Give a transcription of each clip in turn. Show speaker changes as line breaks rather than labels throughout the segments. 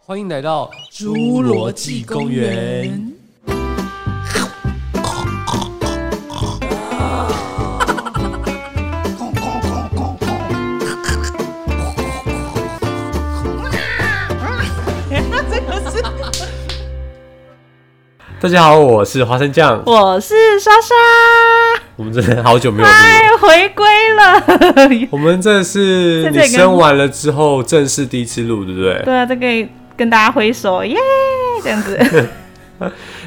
欢迎来到
侏罗纪公园。
大家好，我是花生酱。
我是莎莎，
我们真的好久没有录了，
嗨，回归 了。
我们这是
在
你
这里跟
生完了之后正式第一次录，对不对？
对啊，这个跟大家挥手，耶，这样 子。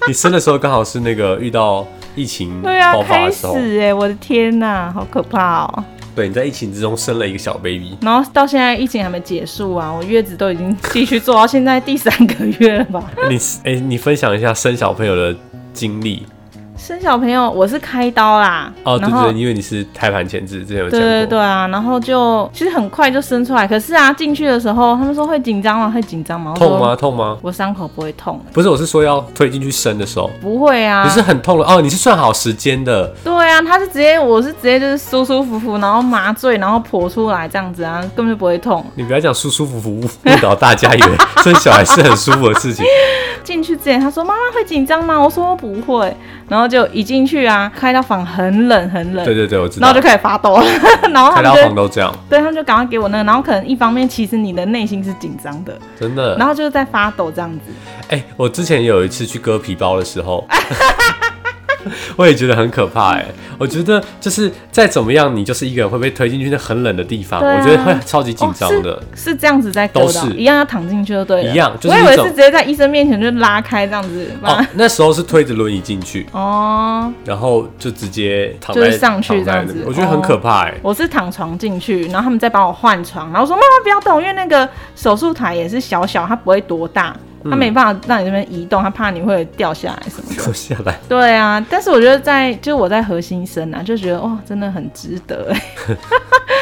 你生的时候刚好是那个遇到疫情
对啊
爆，发
开
的时
始
候，
哎，我的天呐，好可怕哦。
对，你在疫情之中生了一个小 baby。
然后到现在疫情还没结束啊，我月子都已经继续做到现在第三个月了吧。
你哎、你分享一下生小朋友的经历
生小朋友，我是开刀啦。
哦，对
然后
对，对因为你是胎盘前置，之前有讲
对
过。
对对啊，然后就其实很快就生出来，可是啊，进去的时候他们说会紧张吗？会紧张吗？我说
痛吗？？痛吗？
我伤口不会痛，
不是，我是说要推进去生的时候，
不会啊。
你是很痛了哦，你是算好时间的，
对啊，他是直接，我是直接就是舒舒服服，然后麻醉，然后剖出来这样子啊，根本就不会痛。
你不要讲舒舒服服，误导大家以为 生小孩是很舒服的事 情。
进去之前，他说妈妈会紧张吗？我说不会，然后就一进去啊，开到房很冷很冷，
对对对，我知
然
道
后就。开始发抖了， 然后他
开
们
到房
就
都这样，
对他们就赶快给我那个，然后可能一方面其实你的内心是紧张的，
真的。
然后就是在发抖这样子。
哎、我之前有一次去割皮包的时候， 我也觉得很可怕哎、我觉得就是再怎么样，你就是一个人会被推进去那很冷的地方，
对啊
我觉得会超级紧张的。
哦是，是这样子在割的哦
都，是
一样要躺进去就对了，
一样就是
我以为
一种
是直接在医生面前就拉开这样子，
哦
吧？
那时候是推着轮椅进去，
哦，
然后就直接躺在
就是上去
躺在
这样
那
子哦
边我觉得很可怕哎、
我是躺床进去，然后他们再帮我换床，然后说妈妈不要动，因为那个手术台也是小小，它不会多大，
嗯
它没办法让你这边移动，它怕你会掉下来什么的。
坐下来，
对啊，但是我觉得在就我在核心生啊，就觉得哇，真的很值得 哎。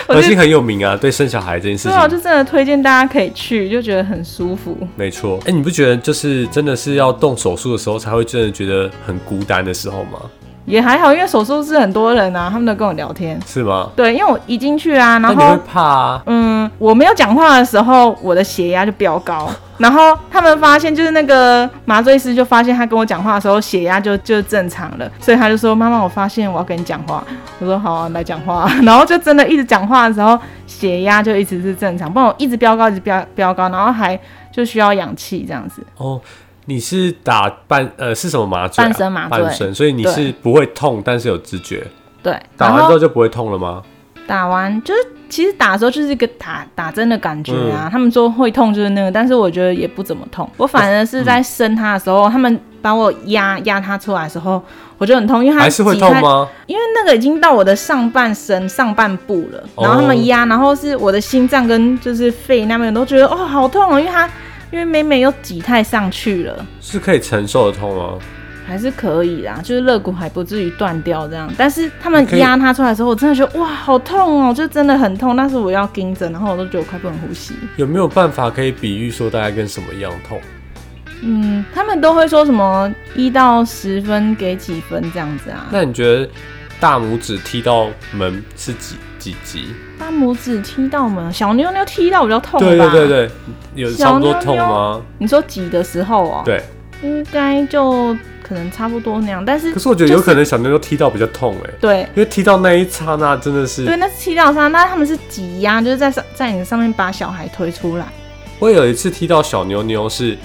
我
核
就
心很有名啊，对生小孩这件事
对
情
啊，我就真的推荐大家可以去，就觉得很舒服。
没错，哎、你不觉得就是真的是要动手术的时候才会真的觉得很孤单的时候吗？
也还好，因为手术室很多人啊，他们都跟我聊天。
是吗？
对，因为我一进去啊，
那
然
你会
后
怕啊？
嗯，我没有讲话的时候，我的血压就飙高。然后他们发现，就是那个麻醉师就发现他跟我讲话的时候血压就就正常了，所以他就说：“妈妈，我发现我要跟你讲话。”我说：“好啊，来讲话啊。”然后就真的一直讲话的时候，血压就一直是正常，不然我一直飙高，一直飙飙高，然后还就需要氧气这样子。
哦，你是打半呃是什么麻醉、啊？
半身麻醉
半身，所以你
对
是不会痛，但是有知觉。
对，
打
然
完
后
之后就不会痛了吗？
打完就是其实打的时候就是一个打打针的感觉啊。
嗯
他们说会痛就是那个，但是我觉得也不怎么痛。我反而是在生他的时候，他们把我压压他出来的时候，我就很痛，因为他
还是会
挤开
痛？吗？
因为那个已经到我的上半身上半部了，
哦
然后他们压，然后是我的心脏跟就是肺那边都觉得哦好痛哦，因为他因为每每又挤太上去了。
是可以承受的痛吗？
还是可以啦，就是肋骨还不至于断掉这样。但是他们
可以
压它出来的时候，我真的觉得哇，好痛哦、就真的很痛。但是我要盯着，然后我都觉得我快不能呼吸。
有没有办法可以比喻说大概跟什么一样痛？
嗯，他们都会说什么一到十分给几分这样子啊？
那你觉得大拇指踢到门是几几级？
大拇指踢到门，小妞妞踢到比较痛吧？
对对对。对，有差
小
不
妞
多
妞
痛吗？
你说挤的时候哦、，
对，
应该就可能差不多那样。但是
可是我觉得有
就是
可能小妞妞踢到比较痛哎、
对。
因为踢到那一刹那真的是
对，那是踢到上，那他们是挤压，就是在上在你上面把小孩推出来。
我有一次踢到小妞妞是，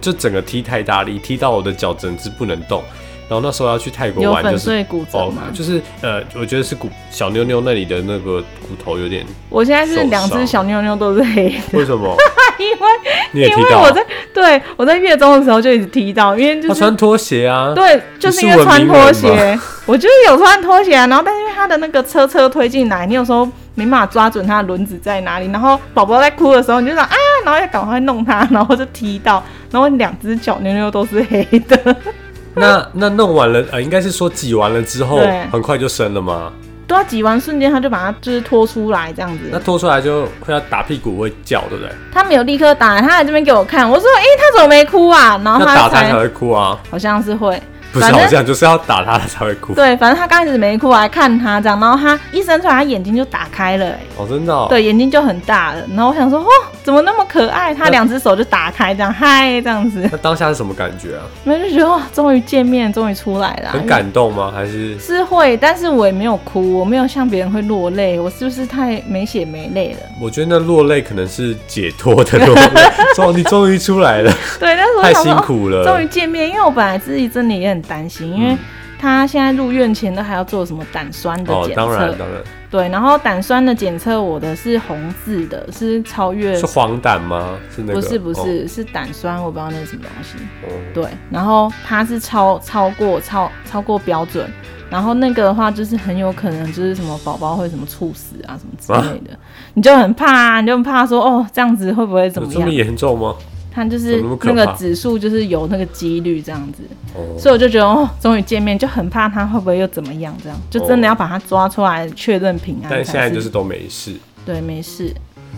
就整个踢太大力，踢到我的脚整只不能动。然后那时候要去泰国
有
玩，
粉
就是
碎骨折
哦
吗，？
就是呃，我觉得是骨小妞妞那里的那个骨头有点，
我现在是两只小妞妞 都是黑的，
为什么？
因为
你也
因
踢
为
到
我
啊？
在对我在月中的时候就一直踢到，因为就
他
是
穿拖鞋啊，
对，就是因为穿拖
你是文明
鞋，我就是有穿拖鞋啊，然后但是因为他的那个车车推进来，你有时候没办法抓准他的轮子在哪里，然后宝宝在哭的时候，你就想啊，然后要赶快弄他，然后就踢到，然后两只小妞妞都是黑的，
那那弄完了，呃，应该是说挤完了之后
对，
很快就生了吗？
都要挤完瞬间他就把它就是拖出来这样子，
那拖出来就会要打屁股，会叫，对不对？
他没有立刻打，他来这边给我看，我说诶，他怎么没哭啊？然后
那打他
他才
才会哭啊。
好像是会。
不是
反
好
正
像就是要打他他才会哭。
对，反正他刚开始没哭，我还看他这样，然后他一伸出来，他眼睛就打开了、欸，
哦，真的、哦。。
对，眼睛就很大了。然后我想说，哇，怎么那么可爱？他两只手就打开，这样嗨，这样子，
那当下是什么感觉啊？
我就觉得哦哇，终于见面，终于出来了啊，
很感动吗？还是
是会，但是我也没有哭，我没有像别人会落泪，我是不是太没血没 泪了？
我觉得那落泪可能是解脱的落泪， 终你终于出来了，
对，但是 我
太
想
辛
说，哦
苦了。
终于见面，因为我本来自己真的也很担心，因为
嗯
他现在入院前都还要做什么胆酸的
哦
检，测，
当然当然，
对，然后胆酸的检测我的是红字的，是超越
是。黄疸吗？是那个？
不是不
哦
是，是胆酸，我不知道那是什么东西。
哦
对，然后它是超超过超超过标准，然后那个的话就是很有可能就是什么宝宝会什么猝死啊什么之类 的，你就很怕啊，你就很怕说哦这样子会不会怎
有
么
这么
样？嗯
严重吗？
它就
怎
是
么那么可
那个
怕
指数就是有那个几率这样子，
哦，
所以我就觉得哦终于见面就很怕他会不会又怎么样这样，就真的要把他抓出来确认平安才。
哦但现在就是都没事。
对没事，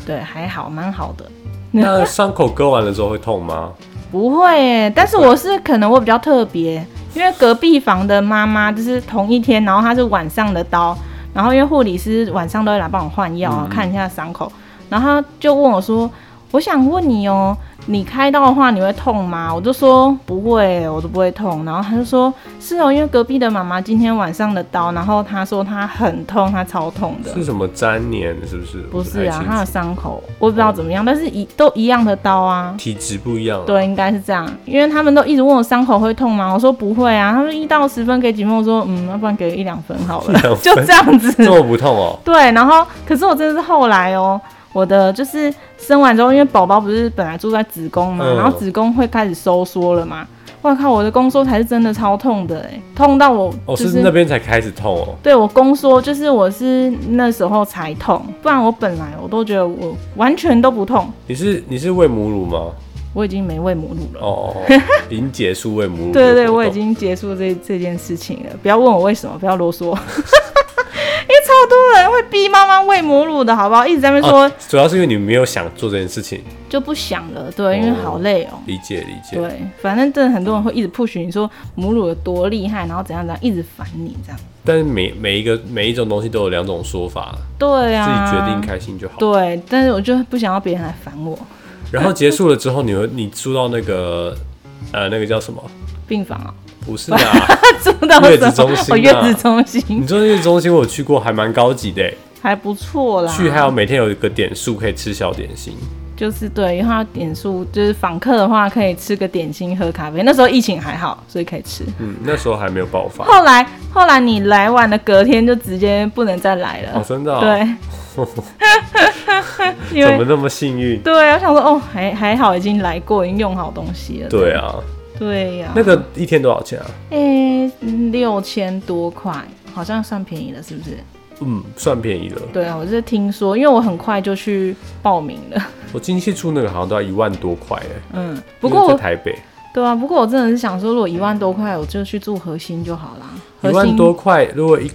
对还好蛮好的。
那伤口割完了之后会痛吗？
不会耶，但是我是可能我比较特别，因为隔壁房的妈妈就是同一天，然后她是晚上的刀，然后因为护理师晚上都会来帮我换药啊，看一下伤口，然后她就问我说：“我想问你哦、你开刀的话你会痛吗？”我就说：“不会耶，我都不会痛。”然后她就说：“是哦、因为隔壁的妈妈今天晚上的刀，然后她说她很痛，她超痛的。”
是什么粘连？是不是？
不
我
是
太
啊
清，楚
她的伤口我不知道怎么样，但是一都一样的刀啊。
体质不一样啊。
对，应该是这样，因为他们都一直问我伤口会痛吗？我说不会啊。他们一到十分给几分？我说嗯，要不然给一两分好了，
两分
就这样
这
子。
么不痛 哦。
对，然后可是我真的是后来哦，我的就是生完之后，因为宝宝不是本来住在子宫嘛，
嗯
然后子宫会开始收缩了嘛。我靠，我的宫缩才是真的超痛的哎、痛到我
哦，
就是
那边才开始痛哦。
对我宫缩，就是我是那时候才痛，不然我本来我都觉得我完全都不痛，
你是你是喂母乳吗？
我已经没喂母乳了。
哦，哦 哦零结束喂母乳。
对对
这
对，
个活动
我已经结束这这件事情了。不要问我为什么，不要啰嗦，因为 超多人会逼妈妈喂母乳的，好不好？一直在那边说、
哦主要是因为你没有想做这件事情，
就不想了，对，因为好累哦。
理解理解。
对，反正真的很多人会一直 push 你说母乳有多厉害，然后怎样怎样，一直烦你这样。
但是每每一个每一种东西都有两种说法，
对
自
啊，
己决定。开心就好。
对，但是我就不想要别人来烦我。
然后结束了之后，你会你住到那个呃那个叫什么？
病房啊，
不是 啊，
住到
月
什
子
么？
中心啊
我月子中
你
心
说那个中心我有去过，还蛮高级的欸。
还不错啦。
去还有每天有一个点数可以吃小点心，
就是对，因为它点数就是访客的话可以吃个点心喝咖啡，那时候疫情还好，所以可以吃。
嗯，那时候还没有爆发。
后来后来你来晚了，隔天就直接不能再来了。
哦，真的、哦？，
对，因
怎么
为
那么幸运？
对，我想说哦，还还好已经来过，已经用好东西了。
对啊，
对呀、
那个一天多少钱啊？
诶六千多块。好像算便宜了，是不是？
嗯，算便宜了。
对啊，我是听说，因为我很快就去报名了。
我经济住那个好像都要一万多块哎。
嗯，不过
因为在
我
台北
对啊，不过我真的是想说，如果一万多块，我就去住核心就好啦。
一
核
万
心
多块，如果一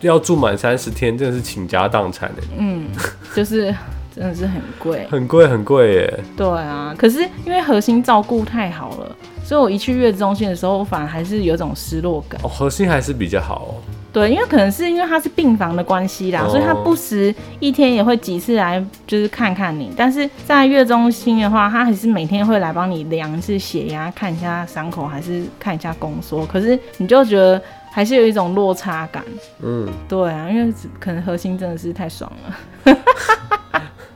要住满三十天，真的是倾家荡产哎，。
嗯，就是真的是很贵
很贵很贵耶。
对啊，可是因为核心照顾太好了，所以我一去月子中心的时候，我反而还是有种失落感。
哦，核心还是比较好哦。
对，因为可能是因为它是病房的关系啦，
哦
所以它不时一天也会几次来就是看看你。但是在月中心的话，它还是每天会来帮你量一次血压，看一下伤口，还是看一下宫缩。可是你就觉得还是有一种落差感。
嗯，
对啊，因为可能核心真的是太爽了。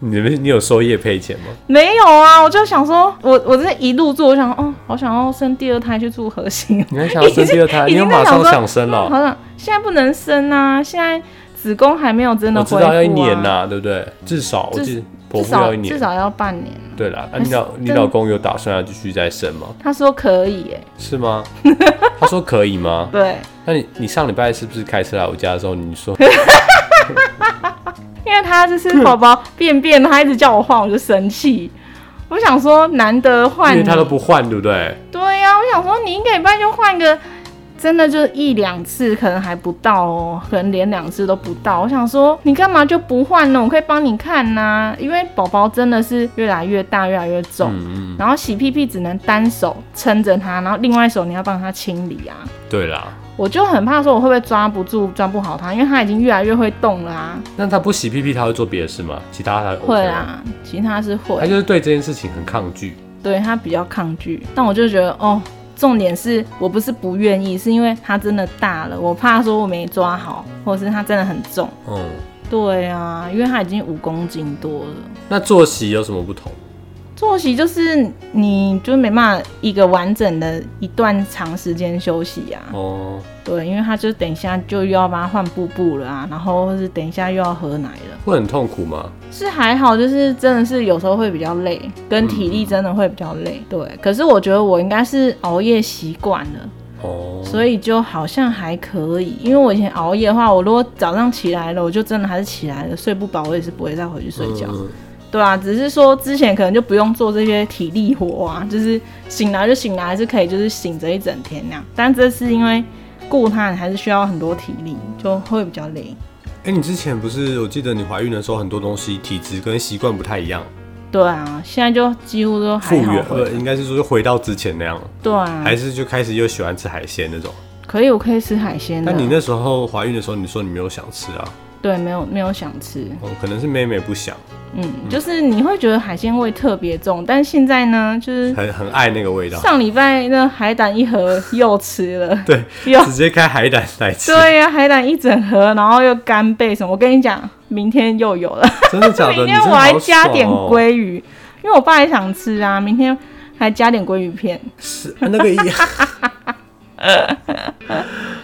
你们你有收业配钱吗？
没有啊，我就想说，我我这一路做，我想哦，好想要生第二胎去住核心，
你还想要生第二胎？
已
啊你
经
有马上想生哦
好
了？
想现在不能生啊，现在子宫还没有真的
我
恢
知
复、啊、
道要一年呐、对不对？至少我
至
记得
至
伯父
少
要一
至
年。
少要半年。
对啦，那、
还
你
是
老你
真
老公有打算要继续再生吗？
他说可以、耶，
是吗？ 他说可以吗？
对，
那你你上礼拜是不是开车来我家的时候，你说
因为他就 是宝宝便便，他一直叫我换，我就生气。我想说，难得
因
换
为
你，
他都不换，对不对？
对呀、我想说你一个礼拜就换个真的就一两次，可能还不到哦，可能连两次都不到。我想说，你干嘛就不换呢？我可以帮你看呐、因为宝宝真的是越来越大，越来越重，
嗯嗯，
然后洗屁屁只能单手撑着它，然后另外一手你要帮它清理啊。
对啦。
我就很怕说我会不会抓不住、抓不好它，因为它已经越来越会动了啊。
那他不洗屁屁，他会做别的事吗？其他他 OK
会
吗，
啊，其他是
他
会，
就是对这件事情很抗拒。
对它比较抗拒。但我就觉得哦。重点是我不是不愿意，是因为它真的大了，我怕说我没抓好，或者是它真的很重。
嗯，
对啊，因为它已经五公斤多了。
那作息有什么不同？
作息就是你就没办法一个完整的一段长时间休息啊。
哦，
对，因为它就等一下就又要把它换布布了啊，然后或是等一下又要喝奶了。
会很痛苦吗？
是还好，就是真的是有时候会比较累，跟体力真的会比较累。对，可是我觉得我应该是熬夜习惯了，
哦，
所以就好像还可以。因为我以前熬夜的话，我如果早上起来了，我就真的还是起来了，睡不饱我也是不会再回去睡觉。
嗯
对啊，只是说之前可能就不用做这些体力活啊，就是醒来就醒来，还是可以就是醒着一整天那样。但这次因为顾他，你还是需要很多体力，就会比较累。
哎、你之前不是我记得你怀孕的时候，很多东西体质跟习惯不太一样，
对啊，现在就几乎都
复
还好
原
回
呃，应该是说就回到之前那样，
对啊，
还是就开始又喜欢吃海鲜那种。
可以，我可以吃海鲜的。
但你那时候怀孕的时候，你说你没有想吃啊？
对没有没有想吃，
哦，可能是妹妹不想，
嗯，就是你会觉得海鲜味特别重，但现在呢，就是
很很爱那个 味道，
上礼拜那海胆一盒又吃了，
对，
又
直接开海胆来吃，
对呀、海胆一整盒，然后又干贝什么，我跟你讲，明天又有了。
真的假的？
明
你
天
真的
我还
好哦
加点
爽哦
鲑鱼，因为我爸也想吃啊。明天还加点鲑鱼片，
是啊那个一。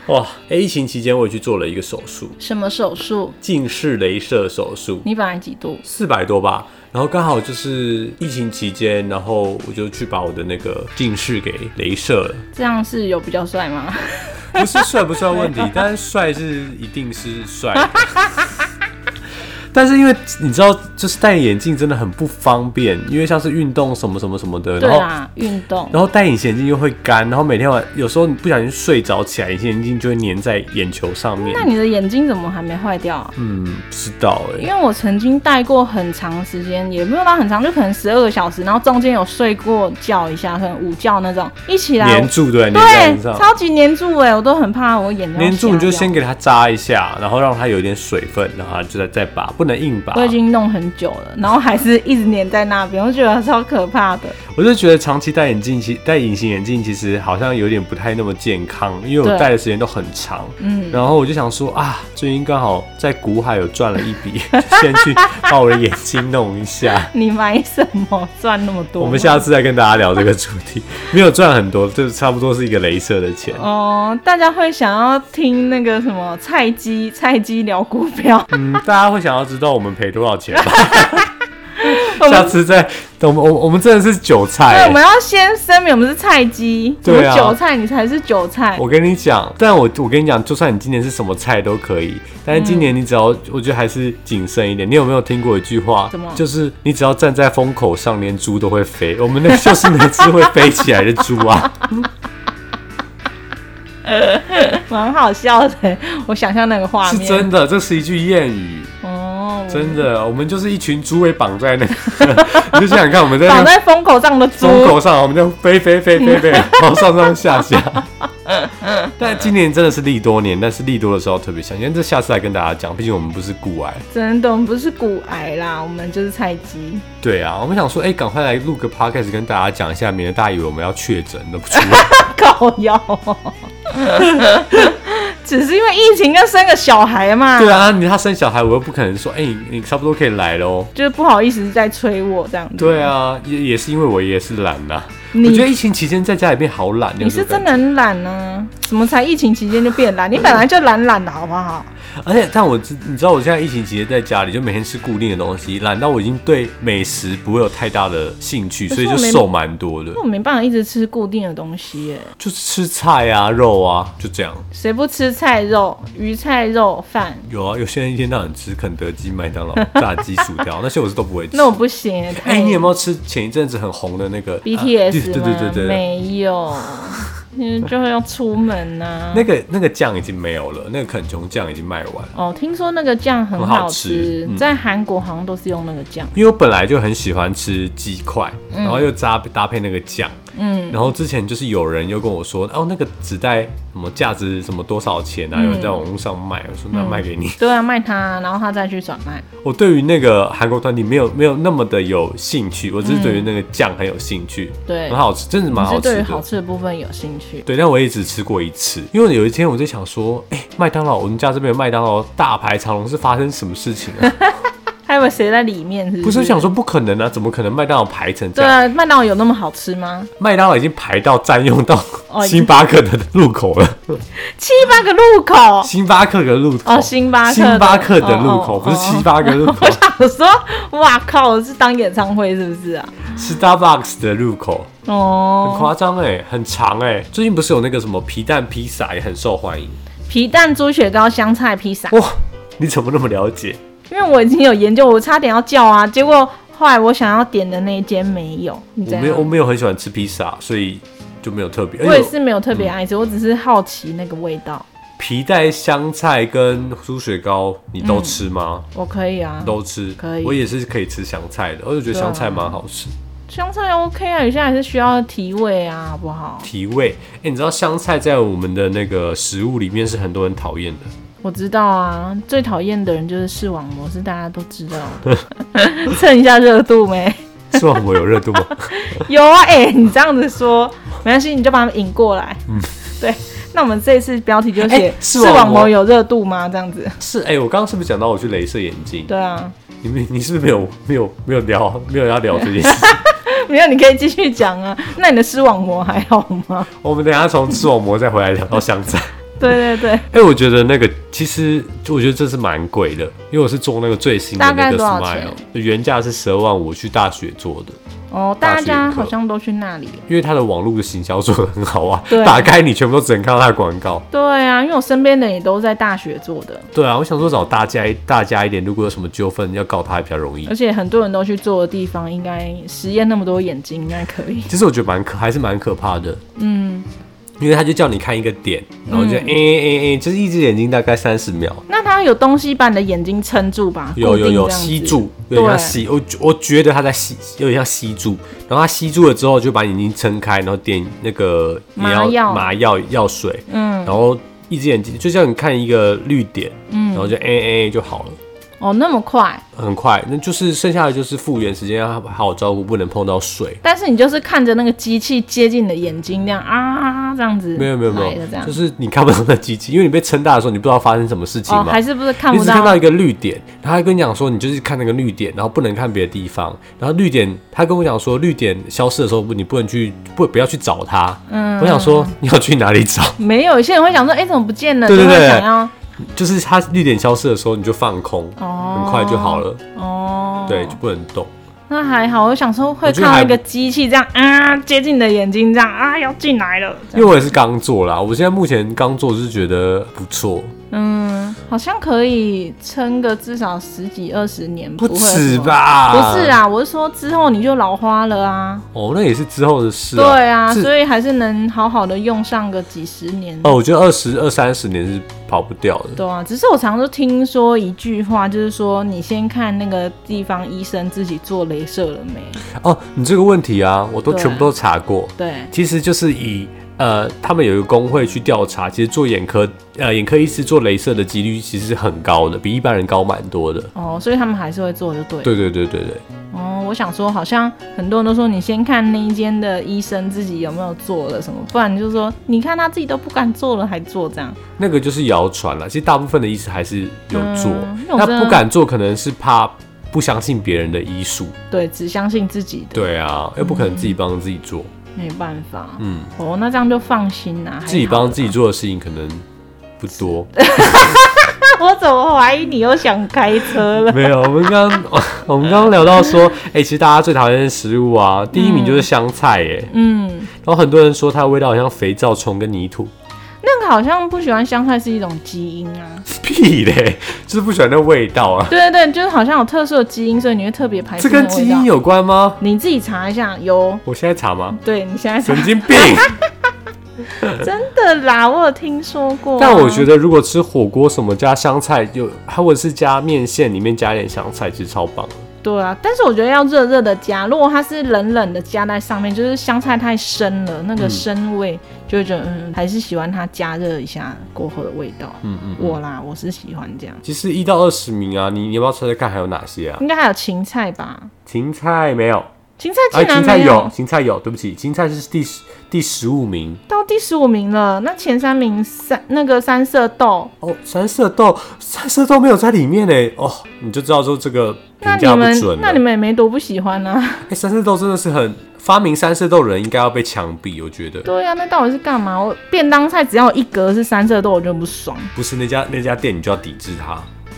哇！哎、疫情期间我也去做了一个手术，
什么手术？
近视雷射手术，
你本来几度？
四百多吧。然后刚好就是疫情期间，然后我就去把我的那个近视给雷射了。
这样是有比较帅吗？
不是帅不帅的问题，但是帅是一定是帅的。但是因为你知道，就是戴眼镜真的很不方便，因为像是运动什么什么什么的，
对
然后
啦，运动。
然后戴隐形眼镜又会干，然后每天晚有时候你不小心睡着起来，隐形眼镜就会粘在眼球上面
那。你的眼睛怎么还没坏掉啊？
嗯，不知道哎、
因为我曾经戴过很长时间，也没有到很长，就可能十二个小时，然后中间有睡过觉一下，可能午觉那种。一起来
粘，住对，粘在
对
眼，上，
超级粘住哎、我都很怕我眼睛
粘住你就
瞎
先
掉。
给它扎一下，然后让它有一点水分，然后它就再再拔，不能硬拔。
我已经弄很久了，然后还是一直粘在那边，我觉得超可怕的。
我就觉得长期戴眼镜，其戴隐形眼镜其实好像有点不太那么健康，因为我
对
戴的时间都很长。
嗯，
然后我就想说啊，最近刚好在股海有赚了一笔， 就先去把我的眼睛弄一 下。
你买什么赚那么多？
我们下次再跟大家聊这个主题， 没有赚很多，就是差不多是一个镭射的钱。
哦、大家会想要听那个什么菜鸡菜鸡聊股票，
嗯，大家会想要知道我们赔多少钱吧？
我
下
们
次再，我们我我们真的是韭
对，
菜
我
欸、
们要先声明我们是菜鸡，什
对
么
啊
韭菜你才是韭菜，
我跟你讲，但我我跟你讲，就算你今年是什么菜都可以，但是今年你只要，我觉得还是谨慎一点。你有没有听过一句话？
嗯什么
就是你只要站在风口上，连猪都会飞。我们那个就是那只会飞起来的猪 啊！
蛮好笑的，我想象那个画
是
面。
真的，这是一句谚语，
哦，
真的。我们就是一群猪被绑在那个， 你就想想看，我们在那个
绑在风口上的猪，
风口上，我们就飞飞飞飞 飞，然后上上下下。但今年真的是利多年，但是利多的时候特别香，因为这下次来跟大家讲，毕竟我们不是固癌。
真的，我们不是骨癌啦，我们就是菜鸡。
对啊，我们想说，哎、赶快来录个 podcast 跟大家讲一下，免得大家以为我们要确诊都不 出来。
靠腰， 只是因为疫情要生个小孩嘛，
对啊，你他生小孩，我又不可能说，哎、你你差不多可以来喽。
就是不好意思在催我这样子。
对啊，也也是因为我也是懒呐、
你
我觉得疫情期间在家里面好懒，
你是真
的。
的很懒啊？怎么才疫情期间就变懒？你本来就懒懒啊的好不好？
而且，但我知你知道，我现在疫情期间在家里就每天吃固定的东西，懒到我已经对美食不会有太大的兴趣，
可
所
是
以
我
就
没
瘦蛮多的
因为，我没办法一直吃固定的东西耶，
就是吃菜啊、肉啊，就这样。
谁不吃菜肉、鱼菜肉饭？
有啊，有些人一天到晚吃肯德基、麦当劳、炸鸡、薯条，那些我是都不会吃。
那我不行耶。
哎、
太
你有没有吃前一阵子很红的那个啊
BTS
对对对对
吗
对，
没有，嗯，就要出门啊呐、
那个那个酱已经没有了，那个肯琼酱已经卖完了。
哦，听说那个酱很
很好
吃
吃，嗯
在韩国好像都是用那个酱。
因为我本来就很喜欢吃鸡块，然后又搭搭配那个酱，
嗯，
然后之前就是有人又跟我说，哦，那个纸袋什么价值什么多少钱
嗯
啊？有人在网络上卖，我说那卖给你。
对啊，卖它，然后他再去转卖。
我对于那个韩国团体没有没有那么的有兴趣，我只是对于那个酱很有兴趣，
嗯对
很，好吃，真的蛮
你
好
是
吃
对于
的。
好吃的部分有兴趣。
对，但我也只吃过一次，因为有一天我就想说，哎、麦当劳，我们家这边有麦当劳大排长龙是发生什么事情啊？
还以为谁在里面是不
不
是？
是想说不可能啊，怎么可能麦当劳排成这
对
样？
啊，麦当劳有那么好吃吗？
麦当劳已经排到占用到
哦已经
星巴克的路口了，
七八个路口
星巴克的路口，
哦，星巴克的，
星巴克的路口，
哦
不是星。巴克路口
我想说，哇靠，是当演唱会是不是啊？
，Starbucks 的路口，很
哦，
夸张哎，很长哎、最近不是有那个什么皮蛋披萨也很受欢迎
皮蛋猪血糕、香菜披萨，
哇？你怎么那么了解？
因为我已经有研究，我差点要叫啊，结果后来我想要点的那一间没有，你
我
怎
没有，我
样？
没有很喜欢吃披萨，所以就没有嗯特别。
我也
而且
是没有特别爱吃，我只是好奇那个味道。
皮带香菜跟猪血糕，你都吃吗？
我可以啊，
都吃，
可以
我也是可以吃香菜的，我就觉得
对啊
香菜蛮好吃，
香菜 OK 啊，有些还是需要提味啊，好不好？
提味。哎、你知道香菜在我们的那个食物里面是很多人讨厌的，
我知道啊，最讨厌的人就是视网膜，是大家都知道 的。蹭一下热度没？
是网膜有热度吗？
有啊，哎、你这样子说，没关系，你就把他们引过来。嗯， 对。那我们这一次标题就写
哎
“视
视网膜
网膜有热度吗”这样子。
是，哎、我刚刚是不是讲到我去镭射眼睛？
对啊，
你们你是不是没有没有没有聊没有要聊这件 事？
没有，你可以继续讲啊。那你的视网膜还好吗？
我们等一下从视网膜再回来聊到香菜。
对对对，
哎、我觉得那个其实我觉得这是蛮贵的，因为我是做那个最新的那
大概
个
多少钱
Smile，原价是十二万，我去大学做的。
哦，
大
大
学
家
课
好像都去那里了。
因为它的网络的行销做的很好啊
对，
打开你全部都只能看到它的广告。
对啊，因为我身边的也都在大学做的，
对啊，我想说找大家大家一点，如果有什么纠纷要告他也比较容易
而。且很多人都去做的地方，应该实验那么多眼睛，应该可以。
其实我觉得蛮可还是蛮可怕的，嗯，因为他就叫你看一个点，然后就
嗯
诶诶诶，就是一只眼睛大概三十秒，
那它有东西把你的眼睛撑住吧？
有有有
固定这样子
吸住，有点像吸，我觉我觉得它在吸，有点像吸住，然后它吸住了之后就把眼睛撑开，然后点那个你
麻
要
药
麻药药水，
嗯，
然后一只眼睛就像你看一个绿点，嗯，然后就诶诶诶就好了。
哦，那么快。
很快，那就是剩下的就是复原时间要好好照顾，不能碰到水。
但是你就是看着那个机器接近你的眼睛，这样啊，这样子，
没有没有没
来的这
有，
样，
就是你看不到那机器，因为你被撑大的时候，你不知道发生什么事情
哦，
嘛。
还是不是看
你
不
只
到？
看到一个绿点，然后他跟你讲说，你就是看那个绿点，然后不能看别的地方。然后绿点，他跟我讲说，绿点消失的时候，你不能去，不不要去找它。嗯，我想说你要去哪里找？
没有，有些人会想说，哎、怎么不见了？
对对
就会
对
想要
就是它绿点消失的时候，你就放空，
哦
很快就好了。
哦，
对，就不能动。
那还好。我想说会
我觉得
看到
还
一个机器这样啊，接近你的眼睛这样啊，要进来了，这
因
样
为我也是刚做啦，我现在目前刚做就是觉得不错，
嗯，好像可以撑个至少十几二十年，
不
会有什
止
么？
吧？
不是啊，我是说之后你就老花了啊，
哦，那也是之后的事、啊。
对啊，
是
所以还是能好好的用上个几十年。
哦，我觉得二十二三十年是跑不掉的。
对啊，只是我常常都听说一句话，就是说你先看那个地方医生自己做镭射了没？
哦，你这个问题啊，我都
对
全部都查过。
对，啊
其实就是以呃，他们有一个工会去调查，其实做眼科呃眼科医师做镭射的几率其实是很高的，比一般人高蛮多的。
哦，所以他们还是会做，就对。
对对对对对，
哦，我想说，好像很多人都说你先看那一间的医生自己有没有做了什么，不然你就说你看他自己都不敢做了还做这样。
那个就是谣传了。其实大部分的医师还是有做，
嗯那我
那
真的
不敢做可能是怕不相信别人的医术。
对，只相信自己的，
对啊，又不可能自己帮自己做，
没办法。
嗯，
哦，那这样就放心啦、还
自己
好
帮
啦
自己，做的事情可能不多。
我怎么怀疑你又想开车 了？
没有，我们刚我们刚刚聊到说，哎、其实大家最讨厌的食物啊，第一名就是香菜耶。
嗯，
然后很多人说它的味道好像肥皂虫跟泥土，
那个好像不喜欢香菜是一种基因啊。
屁嘞，就是不喜欢那味道啊。
对对对，就是好像有特殊的基因，所以你会特别排斥
这跟
那个味
基因
道。
有关吗？
你自己查一下，有。
我现在查吗？
对你现在查
神，经病！
真的啦，我有听说过、啊
但我觉得如果吃火锅什么加香菜，就或者是加面线里面加点香菜，其实超棒。
对啊，但是我觉得要热热的加，如果它是冷冷的加在上面，就是香菜太深了，那个
嗯
生味、就会觉得嗯，还是喜欢它加热一下过后的味道。
嗯嗯。
我啦，我是喜欢这样。
其实一到二十名啊，你你要不要猜猜看还有哪些啊？
应该还有芹菜吧？
芹菜没有，
芹菜
哎，
竟然
芹菜
没
有，芹菜有，对不起，芹菜是第十第十五名
到第十五名了。那前三名三那个三色豆，
哦。三色豆，三色豆没有在里面呢。哦，你就知道说这个
那
评
你
价不
们
准啊
那你
了。
们也没多不喜欢啊。
哎，三色豆真的是很发明三色豆人应该要被枪毙，我觉得
对啊，那到底是干嘛？我便当菜只要有一格是三色豆，我就很不爽。
不是那家那家店你就要抵制它，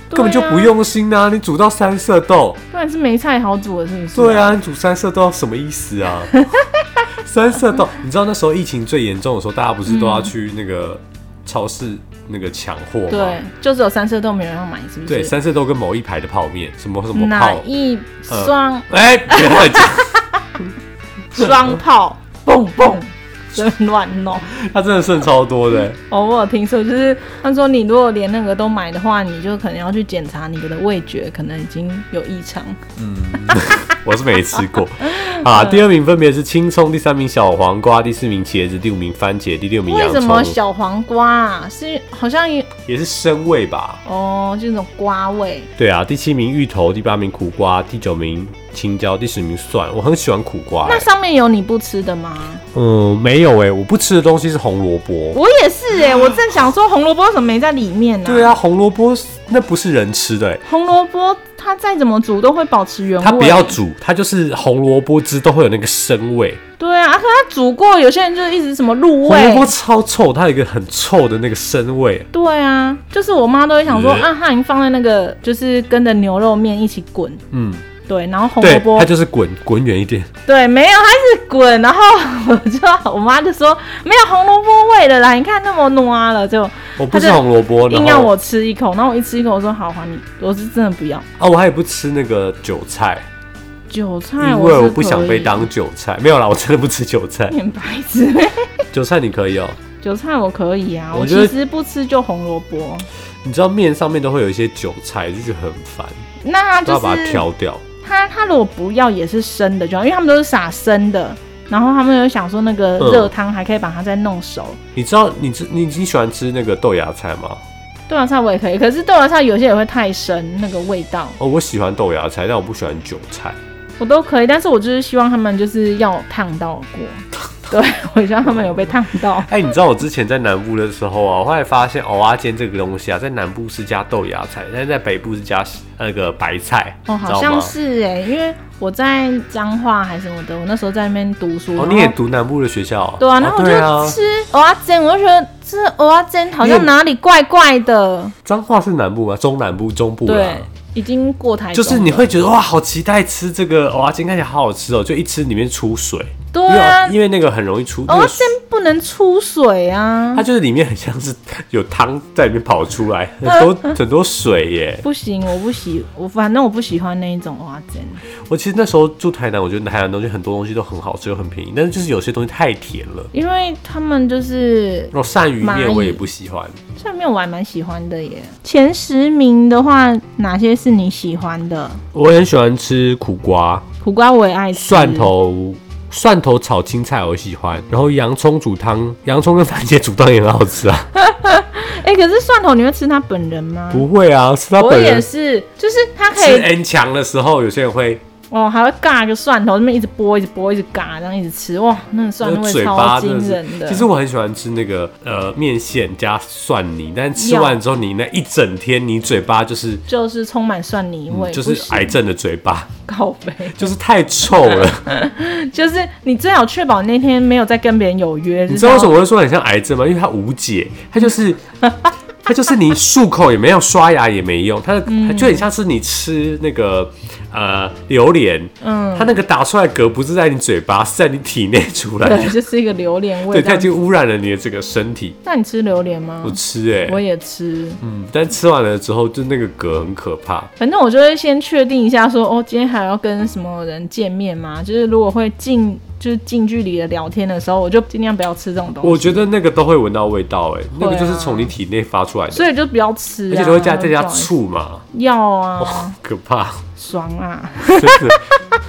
对
根
啊
本就不，用心啊！你煮到三色豆，
不然是梅菜好煮的，是不是？
对，啊，你煮三色豆什么意思啊？ 三色豆，你知道那时候疫情最严重的时候，大家不是都要
嗯
去那个超市那个抢货吗？
对，就只有三色豆没人要买，是不是？
对，三色豆跟某一排的泡面，什么什么
哪
泡，
一双
哎，别乱讲，
双炮蹦蹦，真乱弄。
它真的剩超多的。欸
哦，我有听说，就是他说你如果连那个都买的话，你就可能要去检查你的味觉，可能已经有异常。
我是没吃 过
嗯
啊。第二名分别是青葱，第三名小黄瓜，第四名茄子，第五名番茄，第六名
为
洋
什么
葱，
小黄瓜啊？是好像也
也是生味吧？
哦，就那种瓜味。
对啊，第七名芋头，第八名苦瓜，第九名青椒，第十名蒜。我很喜欢苦瓜、
那
欸。
上面有你不吃的吗？
嗯，没有哎、我不吃的东西是红萝卜。
我也是哎、我正想说红萝卜怎么没在里面呢、
啊对
啊，
啊，红萝卜那不是人吃的、欸，
红萝卜它再怎么煮都会保持原味。
它不要煮，它就是红萝卜汁都会有那个生味。
对啊，啊可它煮过，有些人就一直什么入
红
味
萝。卜超臭，它有一个很臭的那个生味。
对啊，就是我妈都会想说，
嗯
啊，它已经放在那个，就是跟着牛肉面一起滚，
嗯，
对，然后红萝
对，
卜
它，就是滚滚远一点。
对，没有，它是滚，然后我就我妈就说没有红萝卜味的啦，你看那么糯了，就
我不
它
吃
就
红萝卜，然
硬要
后
我吃一口，然后我一吃一口，我说好，还你，我是真的不要
啊，我还不吃那个韭菜，
韭菜，
因
我
为
是
我不想
可以。
被当韭菜。没有啦，我真的不吃韭菜
面白痴，
韭菜你可以哦、
韭菜我可以啊，
我
我
觉得
其实不吃就红萝卜，
你知道面上面都会有一些韭菜，就觉得很烦，
那
都
就
要把它
是
挑掉。
他他如果不要也是生的就好，因为他们都是撒生的。然后他们有想说那个
嗯
热汤还可以把它再弄熟，
你知道你吃你你喜欢吃那个豆芽菜吗？
豆芽菜我也可以，可是豆芽菜有些也会太生，那个味道
哦，我喜欢豆芽菜，但我不喜欢韭菜。
我都可以，但是我就是希望他们就是要烫到过， 对我希望他们有被烫到。
哎、你知道我之前在南部的时候啊，我后来发现蚵仔煎这个东西啊，在南部是加豆芽菜，但是在北部是加那个白菜，
哦，
你知
好
道
像
吗？
是哎、因为我在彰化还是什么的，我那时候在那边读书，
哦，
然后
你也读南部的学校、哦？
对啊，然
哦
后我
对啊
就，吃蚵仔煎，我就觉得这蚵仔煎好
你也
像哪里怪怪的，
彰化是南部吗？中南部、中部啦
对。，已经过台
就是
中
你
了
会觉得哇，好期待吃这个蚵仔煎，看起来好好吃哦，就一吃里面出水，
对
因为
啊，
因为那个很容易出，那
哦，
个
先不能出水啊
它！就是里面很像是 有汤在里面跑出来，很
嗯
多很多水耶。
不行，我不喜，我反正我不喜欢那一种哇真
我其实那时候住台南，我觉得台南东西很多东西都很好吃又很便宜，但是就是有些东西太甜了。
因为他们就是
然后鳝鱼
蚂
面
蚁
我也不喜欢，
上面我还蛮喜欢的耶。前十名的话，哪些是你喜欢的？
我很喜欢吃苦瓜、
苦瓜我也爱吃，
蒜头、蒜头炒青菜我喜欢，然后洋葱煮汤，洋葱跟番茄煮汤也很好吃啊。
哎、可是蒜头你会吃它本人吗？
不会啊，是他
我
本
也
人
是，就是它可
吃
以
N 强的时候，有些人会
哦，还会尬个蒜头，那么一直剥，一直剥，一直尬，这样一直吃，哇，那个
那
蒜
个
味
嘴
超
巴
惊
真的
人
是，
的。
其实我很喜欢吃那个呃面线加蒜泥，但吃完之后你那一整天，你嘴巴就是、
就是充满蒜泥味，
嗯就
不
是哎
行
癌症的嘴巴，
靠背。
就是太臭了。
就是你最好确保那天没有再跟别人有约。
你
你
知道为什么我会说很像癌症吗？因为它无解，它 就是。
嗯
它就是你漱口也没有，刷牙也没用，它的它就很像是你吃那个呃榴莲，
嗯，
它那个打出来的嗝不是在你嘴巴，是在你体内出来的
对，。就是一个榴莲味
对，
这
它已
样子。
经污染了你的这个身体。
那你吃榴莲吗
我？吃哎、
我也吃，
嗯，但吃完了之后，就那个嗝很可怕。
反正我就会先确定一下说，哦，今天还要跟什么人见面吗？就是如果会近就是近距离的聊天的时候，我就尽量不要吃这种东西。
我觉得那个都会闻到味道哎、那个
会啊
就是从你体内发出来的，
所以就不要吃、啊，
而且都会加再加
不好意思
醋哦嘛，
药啊，
哇，可怕！
爽啊！
真的，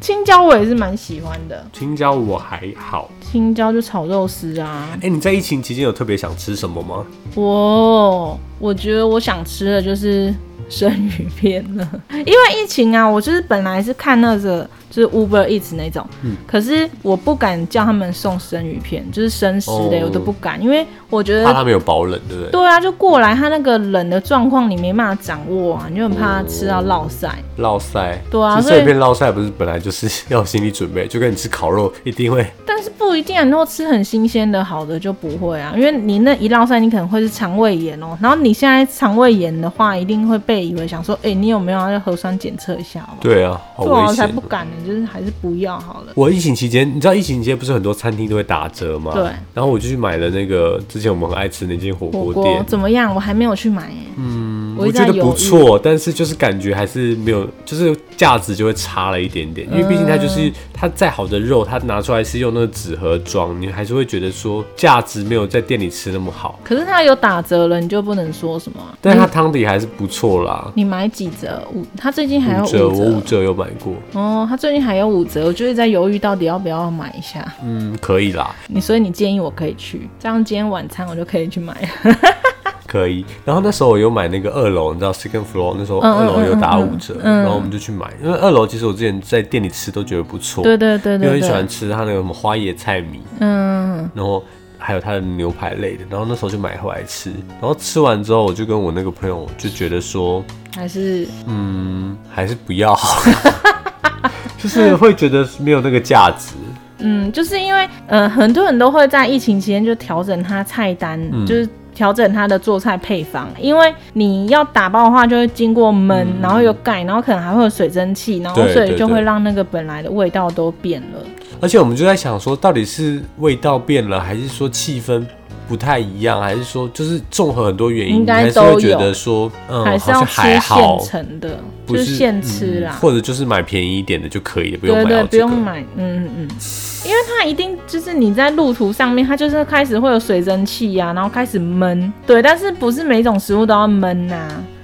青椒我也是蛮喜欢的，
青椒我还好。
青椒就炒肉丝啊。
哎、你在疫情期间有特别想吃什么吗？
我我觉得我想吃的就是生鱼片了，因为疫情啊，我就是本来是看那个就是 Uber Eats 那种，
嗯
可是我不敢叫他们送生鱼片，就是生食的、
哦
我都不敢，因为我觉
怕
得。
它没有保冷，对不对？
呃对啊，就过来，他那个冷的状况你没办法掌握啊，你就很怕它吃到落塞。
烙塞，
对啊
其实
所以
这片烙塞不是本来就是 要有心理准备，就跟你吃烤肉一定会
但是不一定啊，你如果吃很新鲜的好的就不会啊，因为你那一落塞，你可能会是肠胃炎哦、然后你现在肠胃炎的话，一定会被以为想说，哎、你有没有要核酸检测一下好不好？
对啊，好
对啊，我
危
才
险
不
哦。
敢呢，就是还是不要好了。
我疫情期间，你知道疫情期间不是很多餐厅都会打折吗？
对
然后我就去买了那个之前我们很爱吃那间火
火
锅
锅
店，
怎么样？我还没有去买耶。嗯，
我
一直
觉
在
得
犹
不
豫。
错，但是就是感觉还是没有，就是价值就会差了一点
嗯
点，因为毕竟它就是、它再好的肉，它拿出来是用那个纸盒装，你还是会觉得说价值没有在店里吃那么好。
可是它有打折了，你就不能说什么啊。
但是它汤底还是不错啦，
你买几折？五，它最近嗯还有
五折，我五折有买过，
哦，它最近还有五折，我就是在犹豫到底要不要买一下。
嗯，可以啦，
你所以你建议我可以去，这样今天晚餐我就可以去买了。
可以。然后那时候我有买那个二楼，你知道 second floor 那时候
嗯嗯
二楼有打五折，
嗯嗯
然后我们就去买，因为二楼其实我之前在店里吃都觉得不错，
对对对
因为
对
很喜欢
对，
吃它那个什么花椰菜米，
嗯，
然后还有它的牛排类的，然后那时候就买回来吃，然后吃完之后我就跟我那个朋友就觉得说，
还是
嗯，还是不要 好了，就是会觉得没有那个价值，
嗯，就是因为呃，很多人都会在疫情期间就调整他菜单，
嗯
就是。调整他的做菜配方，因为你要打包的话，就会经过焖，然后有盖，然后可能还会有水蒸气，然后
嗯对
所以
对
就会
对
让那个本来的味道都变了。
而且我们就在想说，到底是味道变了，还是说气氛？不太一样，还是说就是综合很多原因，
应该
你还是
都有
会觉得说，嗯，
还
好
是要
像
吃
还
现
好，
成的，
不
就是现吃
嗯
啦，
或者就是买便宜一点的就可以了，不用
对
买
对，
到
不
这个
用买，嗯嗯嗯，因为它一定就是你在路途上面，它就是开始会有水蒸气呀、然后开始闷，对，但是不是每种食物都要闷呐、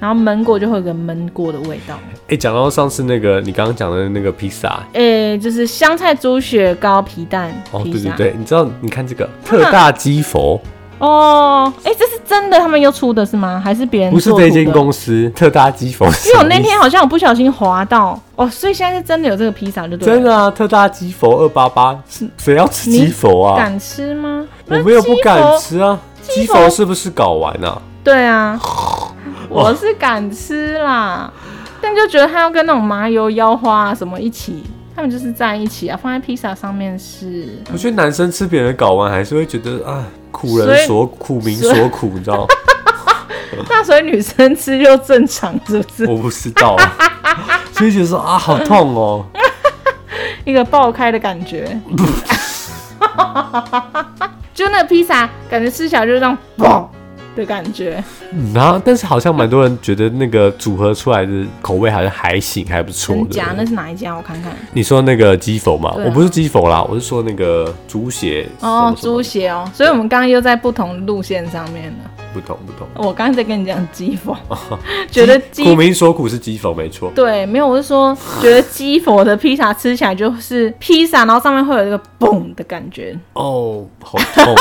然后闷过就会有个闷过的味道。
哎、讲到上次那个你刚刚讲的那个披萨，
诶、就是香菜猪血糕、皮蛋
哦，
披
对对
萨。
对，你知道，你看这个特大基佛，
哦，哎、这是真的，他们又出的是吗？还是别人
不是
做
这
出
间
的
公司，特大基佛是什
因为
么
我
意思。
那天好像我不小心滑到哦，所以现在是真的有这个披萨就对了。
真的啊，特大基佛二八八，谁要吃
你
基佛啊？
敢吃吗？
我没有不
那
敢
鸡佛。
吃啊，基
鸡
佛
佛
是不是搞完啊？
对 啊，我是敢吃啦，但就觉得它要跟那种麻油腰花、啊、什么一起，他们就是在一起啊，放在披萨上面是。
我觉得男生吃别人的睾丸还是会觉得啊，苦
所
人
以
所苦，民
所以
所苦，你知道？
那所以女生吃就正常，是不是？
我不知道啊， 所以就说啊，好痛哦。
一个爆开的感 觉。就那个披萨，感觉吃起来就是 那种爆的感觉。
嗯然后，但是好像蛮多人觉得那个组合出来的口味好像还行，还不错。对
真
不对
假？那是哪一家？我看看。
你说那个鸡否嘛？
对啊
我不是鸡否啦，我是说那个猪血什么，什
哦
么
猪血哦。所以我们刚刚又在不同路线上面了。哦
不同不同。
我刚刚在跟你讲鸡佛， 觉得鸡
苦民所苦是鸡否没错，
对，没有，我是说，觉得鸡佛的披萨吃起来就是披萨，然后上面会有一个嘣的感觉，
哦，好痛 哦。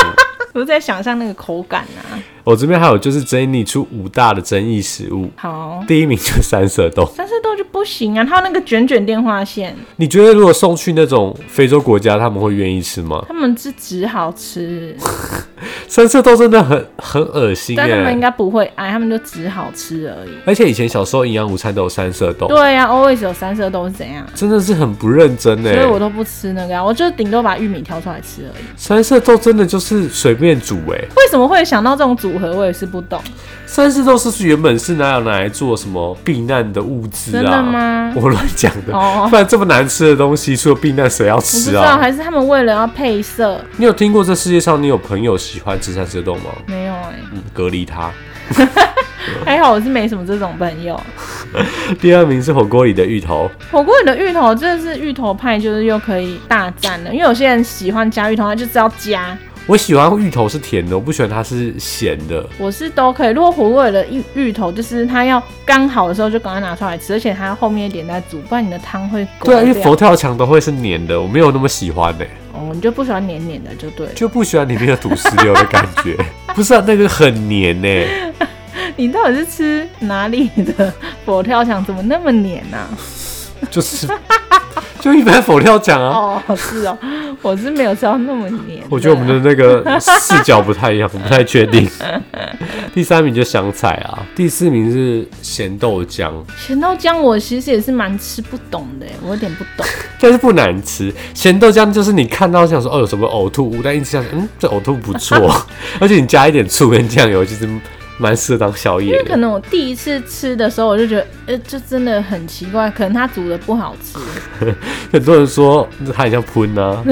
我在想象那个口感啊。
我这边还有就是整理出五大的争议食物，
好，
第一名就是三色豆。
三色豆就不行啊，它有那个卷卷电话线，
你觉得如果送去那种非洲国家，他们会愿意吃吗？
他们是只好吃，
三色豆真的很很恶心
但他们应
哎。
该不会爱，他们就只好吃而已。
而且以前小时候营养午餐都有三色豆，
对呀、啊、，always 有三色豆是怎样？
真的是很不认真
所以
哎。
我都不吃那个、啊，我就顶多把玉米挑出来吃而已。
三色豆真的就是随便煮哎。
为什么会想到这种组合，我也是不懂。
三色豆是原本是拿拿来做什么避难的物资啊？
真的吗
我乱讲的。
哦
不然这么难吃的东西，除了避难谁要
我不
吃
知道，
啊？
还是他们为了要配色？
你有听过这世界上你有朋友喜欢吃三色豆吗？
没有哎、
嗯，隔离它。
还好我是没什么这种朋友。
第二名是火锅里的芋头，
火锅里的芋头真的是芋头派，就是又可以大战了。因为有些人喜欢加芋头，他就知道加。
我喜欢芋头是甜的，我不喜欢它是咸的。
我是都可以。如果火锅里的芋芋头，就是它要刚好的时候就赶快拿出来吃，而且它后面一点再煮，不然你的汤会
对啊，
掉。
因为佛跳墙都会是黏的，我没有那么喜欢呢、
哦，你就不喜欢黏黏的就对了。
就不喜欢里面有土石流的感觉。 不是啊，那个很黏呢、
你到底是吃哪里的佛 跳墙？怎么那么黏啊？
就是就一般佛跳墙啊。
哦，是哦，我是没有吃到那么黏的。
我觉得我们的那
啊
个视角不太一样，不太确定。 第三名就香菜啊，第四名是咸豆浆，
咸豆浆，我其实也是蛮吃不懂的，我有点不懂。
但是不难吃。咸豆浆就是你看到想说哦有什么呕吐物，但一直想嗯这呕吐不错， 而且你加一点醋跟酱油，其实蛮适合当宵夜
因为可
的。
能我第一次吃的时候，我就觉得，呃，这真的很奇怪，可能它煮的不好吃，
很多人说嗯它很像喷啊，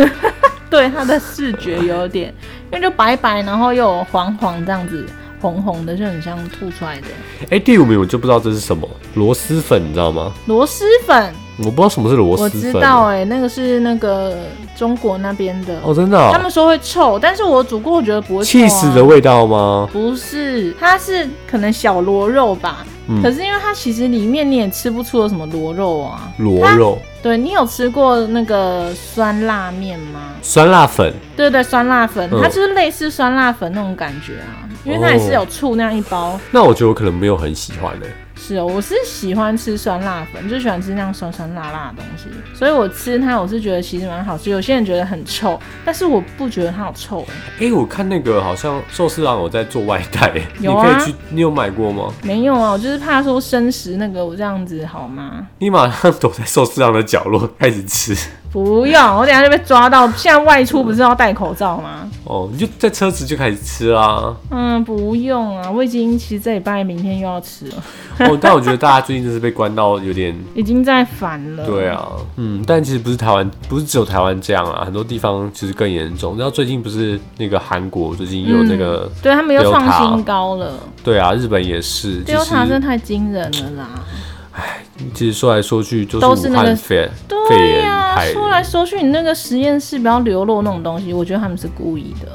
对它的视觉有点，因为就白白，然后又有黄黄这样子，红红的，就很像吐出来的
哎、第五名我就不知道这是什么螺蛳粉，你知道吗？
螺蛳粉。
我不知道什么是螺
我
蛳
知
粉。
道、哎，那个是那个中国那边的，
哦，真的、哦
他们说会臭，但是我煮过，我觉得不会臭、啊。
气死的味道吗？
不是，它是可能小螺肉吧。
嗯
可是因为它其实里面你也吃不出有什么螺肉啊。
螺肉、
对你有吃过那个酸辣面吗？
酸辣粉。
对对，酸辣粉，
嗯
它就是类似酸辣粉那种感觉啊，因为它也是有醋那样一包。
那我觉得我可能没有很喜欢欸呢、
是哦，我是喜欢吃酸辣粉，就喜欢吃那样酸酸辣辣的东西，所以我吃它，我是觉得其实蛮好吃。有些人觉得很臭，但是我不觉得它有臭、欸，
哎、我看那个好像寿司郎有在做外带、你
有啊
可以去，你有买过吗？
没有啊，我就是怕说生食那个我这样子好吗？
你马上躲在寿司郎的角落开始吃
不用，啊我等一下就被抓到。现在外出不是要戴口罩吗？
哦，你就在车子就开始吃啊啦。
嗯，不用啊，我已经其实这礼拜明天又要吃了，
哦，但我觉得大家最近真是被关到有点。
已经在烦了。
对，啊，嗯，但其实不是台湾，不是只有台湾这样啊，很多地方其实更严重。然后最近不是那个韩国最近有那个，
对他们又创
Delta
新高了
对啊，日本也是，其
，Delta
实
真的太惊人了啦。
其实说来说去就
都
是
是
武
那个
汉肺炎肺
对
炎
呀、
害
说
的。
来说去，你那个实验室不要流露那种东西，我觉得他们是故意的。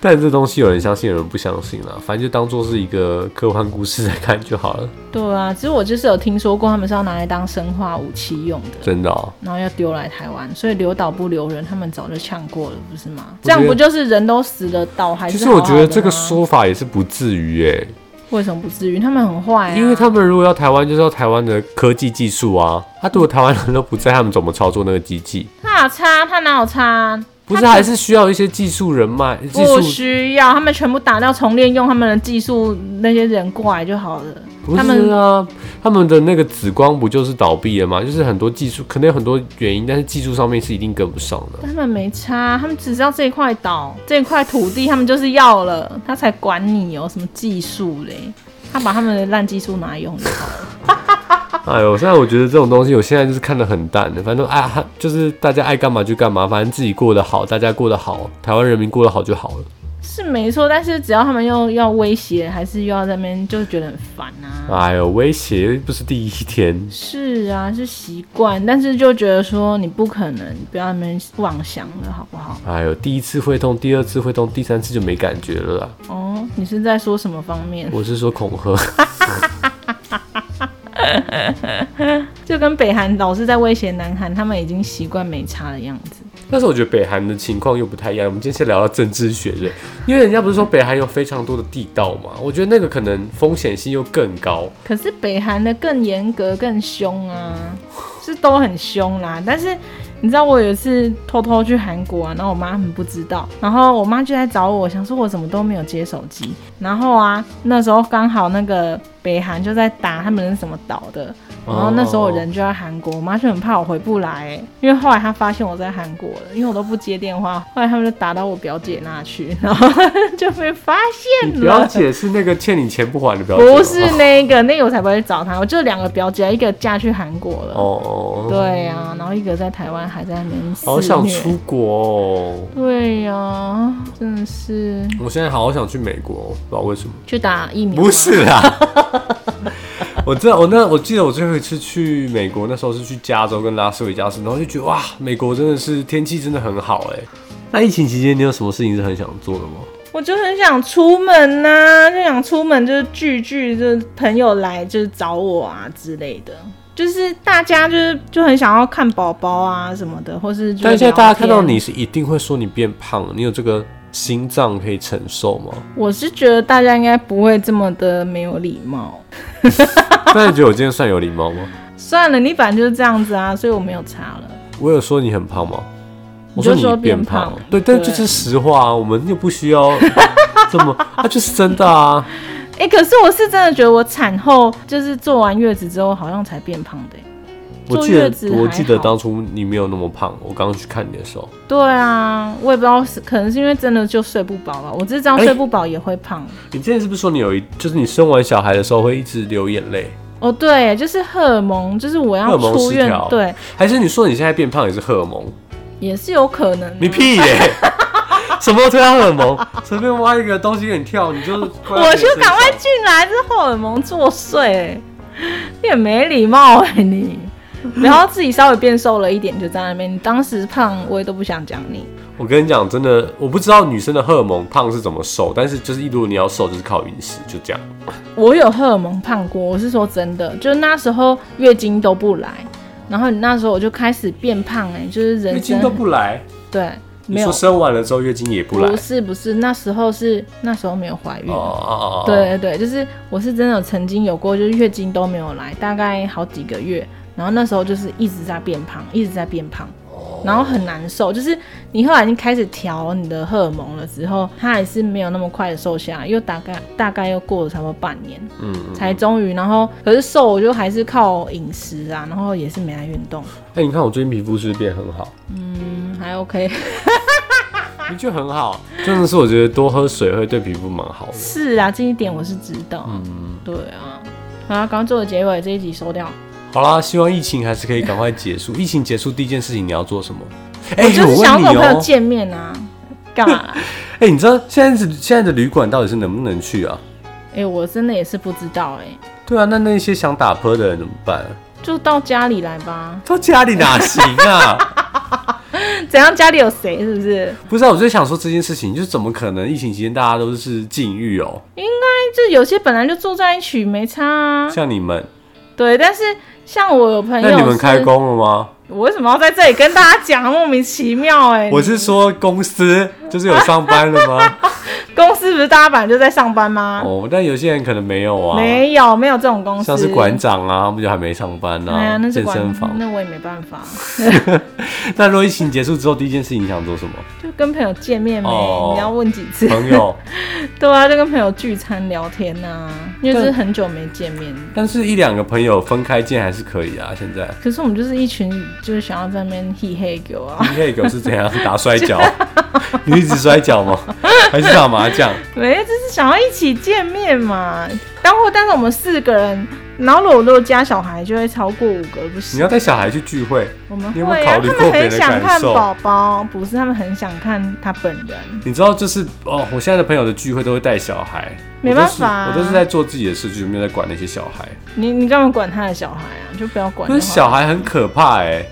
但这东西有人相信，有人不相信啦，反正就当做是一个科幻故事来看就好了。
对啊，只是我就是有听说过，他们是要拿来当生化武器用的。
真的、哦，
然后要丢来台湾，所以留岛不留人，他们早就呛过了，不是吗？
我
这
觉得
样不就是人都死了，岛还
其
是
实
好好
我
的吗？
觉得这个说法也是不至于诶、
为什么不至于？他们很坏、啊，
因为他们如果要台湾，就是要台湾的科技技术啊。啊，如果台湾人都不在，他们怎么操作那个机器？
他哪有差？他哪有差？
不是，还是需要一些技术人脉、技
不
术
需要，他们全部打掉重练，用他们的技术那些人过来就好了。
不
他
是
们
啊，他们的那个紫光不就是倒闭了吗？就是很多技术可能有很多原因，但是技术上面是一定跟不上的。
他们没差，他们只知道这一块岛、这一块土地，他们就是要了，他才管你有什么技术嘞。他把他们的烂技术拿来用就好了。
哎呦，现在我觉得这种东西，我现在就是看得很淡的，反正爱、啊、就是大家爱干嘛就干嘛，反正自己过得好，大家过得好，台湾人民过得好就好了。
是没错，但是只要他们又要威胁，还是又要在那边，就觉得很烦啊。
哎呦，威胁又不是第一天，
是啊，是习惯，但是就觉得说你不可能，不要在那边妄想了，好不好？
哎呦，第一次会痛，第二次会痛，第三次就没感觉了啦。
哦，你是在说什么方面？
我是说恐吓，
就跟北韩老是在威胁南韩，他们已经习惯没差的样子。
但是我觉得北韩的情况又不太一样。我们今天先聊到政治学的，因为人家不是说北韩有非常多的地道嘛，我觉得那个可能风险性又更高。
可是北韩的更严格、更凶啊，是都很凶啦。但是你知道我有一次偷偷去韩国啊，然后我妈很不知道，然后我妈就来找我，想说我怎么都没有接手机。然后啊，那时候刚好那个北韩就在打他们是什么岛的，然后那时候我人就在韩国，我妈就很怕我回不来、欸，因为后来她发现我在韩国了，因为我都不接电话，后来他们就打到我表姐那去，然后 就被发
你
现
表
了。
姐是哦那个欠你钱不还的表姐吗，
嗯不是那个，那个我才不会找她。我就两个表姐，一个嫁去韩国了，
哦，
对呀、然后一个在台湾还在那边肆虐。
好想出国哦！
对呀、真的是
我现在好想去美国哦，不知道为什么。
去打疫苗吗。
不是啊啦， 我知道，我那我记得我最后一次去美国，那时候是去加州跟拉斯维加斯，然后就觉得哇，美国真的是天气真的很好哎、那疫情期间你有什么事情是很想做的吗？
我就很想出门呐、就想出门，就是聚聚，就是朋友来就是找我啊之类的。就是大家就是就很想要看宝宝啊什么的，或是就是
但现在大
聊
家看
天
到你，是一定会说你变胖了，你有这个心脏可以承受吗？
我是觉得大家应该不会这么的没有礼貌。
那你觉得我今天算有礼貌吗？
算了，你反正就是这样子啊，所以我没有差了。
我有说你很胖吗？我
你就
你
说
变
变胖
了对，但
对
就是实话啊，我们又不需要这么，啊，就是真的啊。
哎、可是我是真的觉得我产后就是坐完月子之后，好像才变胖的欸、
我
坐
记
月
得
子
我
还
记得
好
当初你没有那么胖，我刚刚去看你的时候，
对啊，我也不知道是，可能是因为真的就睡不饱吧。我只是知道
哎
睡不饱也会胖。
你之前是不是说你有一，就是你生完小孩的时候会一直流眼泪，
哦，对，就是荷尔蒙，就是我
荷
要
尔蒙
出
失
院
调，
对，
还是你说你现在变胖也是荷尔蒙？
也是有可能、
你！屁耶、 什么推荷尔蒙？随便挖一个东西给你跳，你就是怪
我
在自己
就
身
赶快
上
进来，这荷尔蒙作祟、你也没礼貌哎、你。然后自己稍微变瘦了一点，就在那边。你当时胖，我也都不想讲你。
我跟你讲，真的，我不知道女生的荷尔蒙胖是怎么瘦，但是就是如果你要瘦，就是靠饮食，就这样。
我有荷尔蒙胖过，我是说真的，就是那时候月经都不来，然后你那时候我就开始变胖、哎，就是人
月
生
经都不来，
对，
你
没有
说生完了之后月经也不来，
是不是，那时候是那时候没有怀孕。
哦哦哦，哦，
对对对，就是我是真的有曾经有过，就是月经都没有来，大概好几个月，然后那时候就是一直在变胖，一直在变胖，
哦
然后很难受。就是你后来已经开始调你的荷尔蒙了之后，它还是没有那么快的瘦下来，又大概大概又过了差不多半年，
嗯，嗯
才终于，然后可是瘦我就还是靠饮食啊，然后也是没来运动，
哎、你看我最近皮肤是不是变很好？
嗯，还 OK，
你就很好，真的是我觉得多喝水会对皮肤蛮好的。
是啊，这一点我是知道，
嗯，
对啊，好啊，刚做的结尾这一集收掉。
好啦，希望疫情还是可以赶快结 束。疫情结束第一件事情你要做什么？哎、
我就是
我
想
问
要
你
跟我朋友
哦、
见面啊，干嘛 啦？
哎、你知道现在是现在的旅馆到底是能不能去啊？
哎、我真的也是不知道哎、
对啊，那那些想打喷的人怎么办？
就到家里来吧。
到家里哪行 啊？
怎样？家里有谁？是不是？哎
不是、啊，我就想说这件事情，就是怎么可能疫情期间大家都是禁欲哦、
但就有些本来就住在一起，没差啊。
像你们，
对，但是像我有朋友，
那你们开？工了吗？
我为什么要在这里跟大家讲？莫名其妙哎、
我是说公司就是有上班了吗？
公司不是大家本来就在上班吗？
哦，但有些人可能没有啊。
没有，没有这种公司。
像是馆。长啊，他们就还没上班
哎呀，
啊，
那是
健
管
身房。
那我也没办法，
那如果疫情结束之后，第一件事情想做什 么？
就跟朋友见面没？
哦
你要问几次？
朋友，
对啊，就跟朋友聚餐聊天呐、因为就是很久没见面。
但是一两个朋友分开见还是可以啊。现在
可是我们就是一群，就是想要在那边嘿嘿狗啊，
你可以狗是怎样 打摔跤？你一直摔跤吗？还是打麻将？
没，就是想要一起见面嘛。然后，但是我们四个人，然后如果如果加小孩，就会超过五个，不
你
行
要。带小孩去聚会，
我们
你有没
会
有
啊，
考
他
虑
们
过别
很
人的
想
感
看
受？
宝宝，不是他们很想看他本人。
你知道，就是哦，我现在的朋友的聚会都会带小孩，
没
我都
办
是
法啊
我都是在做自己的事，就是没有在管那些小孩。
你你干嘛管他的小孩啊？就不要管
因
就
为
好。
小孩很可怕哎、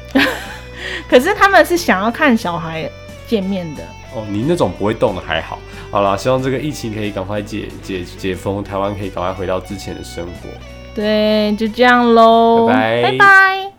可是他们是想要看小孩见面的。
哦，你那种不会动的还好。好啦，希望这个疫情可以赶快解解解封，台湾可以赶快回到之前的生活。
对，就这样喽，
拜拜
拜拜